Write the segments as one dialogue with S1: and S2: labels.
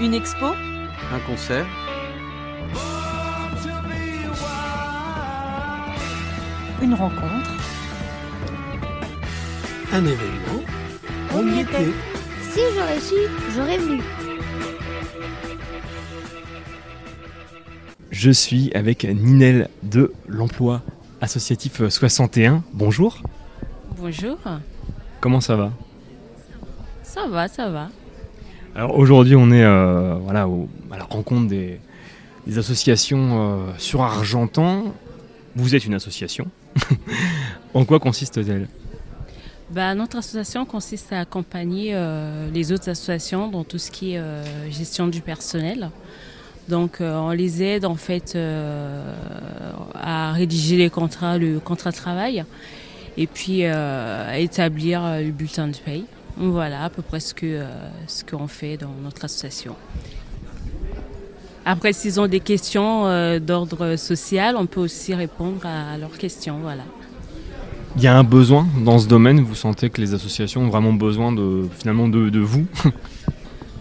S1: Une expo
S2: Un concert
S1: Une rencontre
S3: Un événement. On y était.
S4: Si j'aurais su, j'aurais voulu.
S5: Je suis avec Ninel de l'emploi associatif 61. Bonjour,
S6: Bonjour.
S5: comment ça va
S6: Ça va, ça va.
S5: Alors aujourd'hui on est euh, voilà, au- à la rencontre des, des associations euh, sur Argentan. Vous êtes une association. en quoi consiste-t-elle
S6: Bah, notre association consiste à accompagner euh, les autres associations dans tout ce qui est euh, gestion du personnel. Donc euh, on les aide en fait euh, à rédiger les contrats, le contrat de travail et puis euh, à établir euh, le bulletin de paye. Voilà à peu près ce que euh, ce qu'on fait dans notre association. Après, s'ils ont des questions euh, d'ordre social, on peut aussi répondre à leurs questions. Voilà.
S5: Il y a un besoin dans ce domaine Vous sentez que les associations ont vraiment besoin de, finalement de, de vous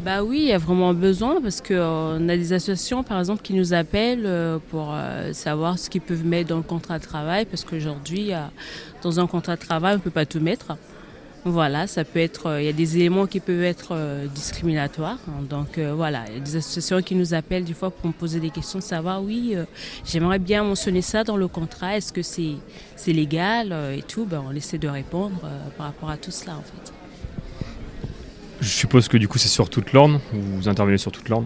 S6: Bah oui, il y a vraiment besoin parce qu'on a des associations par exemple qui nous appellent euh, pour euh, savoir ce qu'ils peuvent mettre dans le contrat de travail parce qu'aujourd'hui, euh, dans un contrat de travail, on ne peut pas tout mettre. Voilà, ça peut être, euh, il y a des éléments qui peuvent être euh, discriminatoires. hein. donc euh, voilà, il y a des associations qui nous appellent des fois pour me poser des questions, de savoir oui, euh, j'aimerais bien mentionner ça dans le contrat, est-ce que c'est c'est légal euh, et tout. Ben, on essaie de répondre euh, par rapport à tout cela en fait.
S5: Je suppose que du coup c'est sur toute l'Orne, vous intervenez sur toute l'Orne.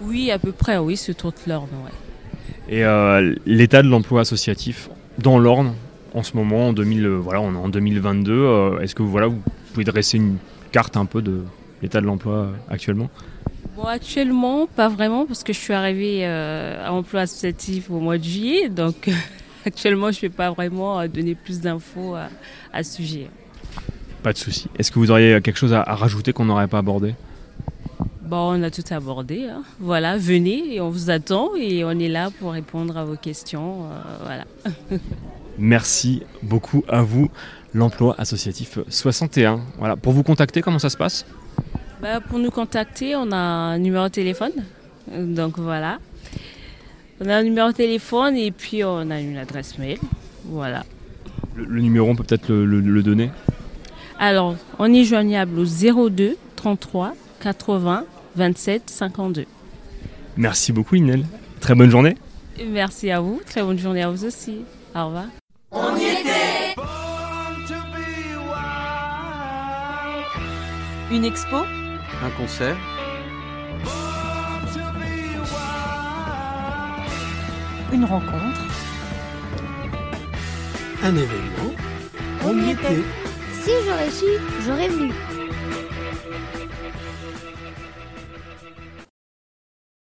S6: Oui, à peu près, oui, ce tour de l'ordre, ouais.
S5: Et euh, l'état de l'emploi associatif dans l'Orne en ce moment, en 2000, euh, voilà, on est en 2022. euh, Est-ce que voilà, vous pouvez dresser une carte un peu de l'état de l'emploi euh, actuellement
S6: Bon, actuellement, pas vraiment, parce que je suis arrivée euh, à emploi associatif au mois de juillet, donc actuellement, je ne vais pas vraiment euh, donner plus d'infos à, à ce sujet.
S5: Pas de souci. Est-ce que vous auriez quelque chose à, à rajouter qu'on n'aurait pas abordé
S6: Bon, on a tout abordé. hein. Voilà, venez, et on vous attend, et on est là pour répondre à vos questions. euh, voilà.
S5: Merci beaucoup à vous, l'emploi associatif 61. Voilà, pour vous contacter, comment ça se passe
S6: Bah, pour nous contacter, on a un numéro de téléphone, euh, donc voilà. On a un numéro de téléphone, et puis on a une adresse mail. Voilà.
S5: le, le numéro, on peut peut-être le, le- le donner.
S6: Alors, on est joignable au 02 33 80 27 52.
S5: Merci beaucoup, Inel. Très bonne journée.
S6: Et Merci à vous. Très bonne journée à vous aussi. Au revoir.
S1: Une expo
S2: Un concert
S1: Une rencontre
S3: Un événement. On y était.
S4: Si j'aurais su, j'aurais voulu.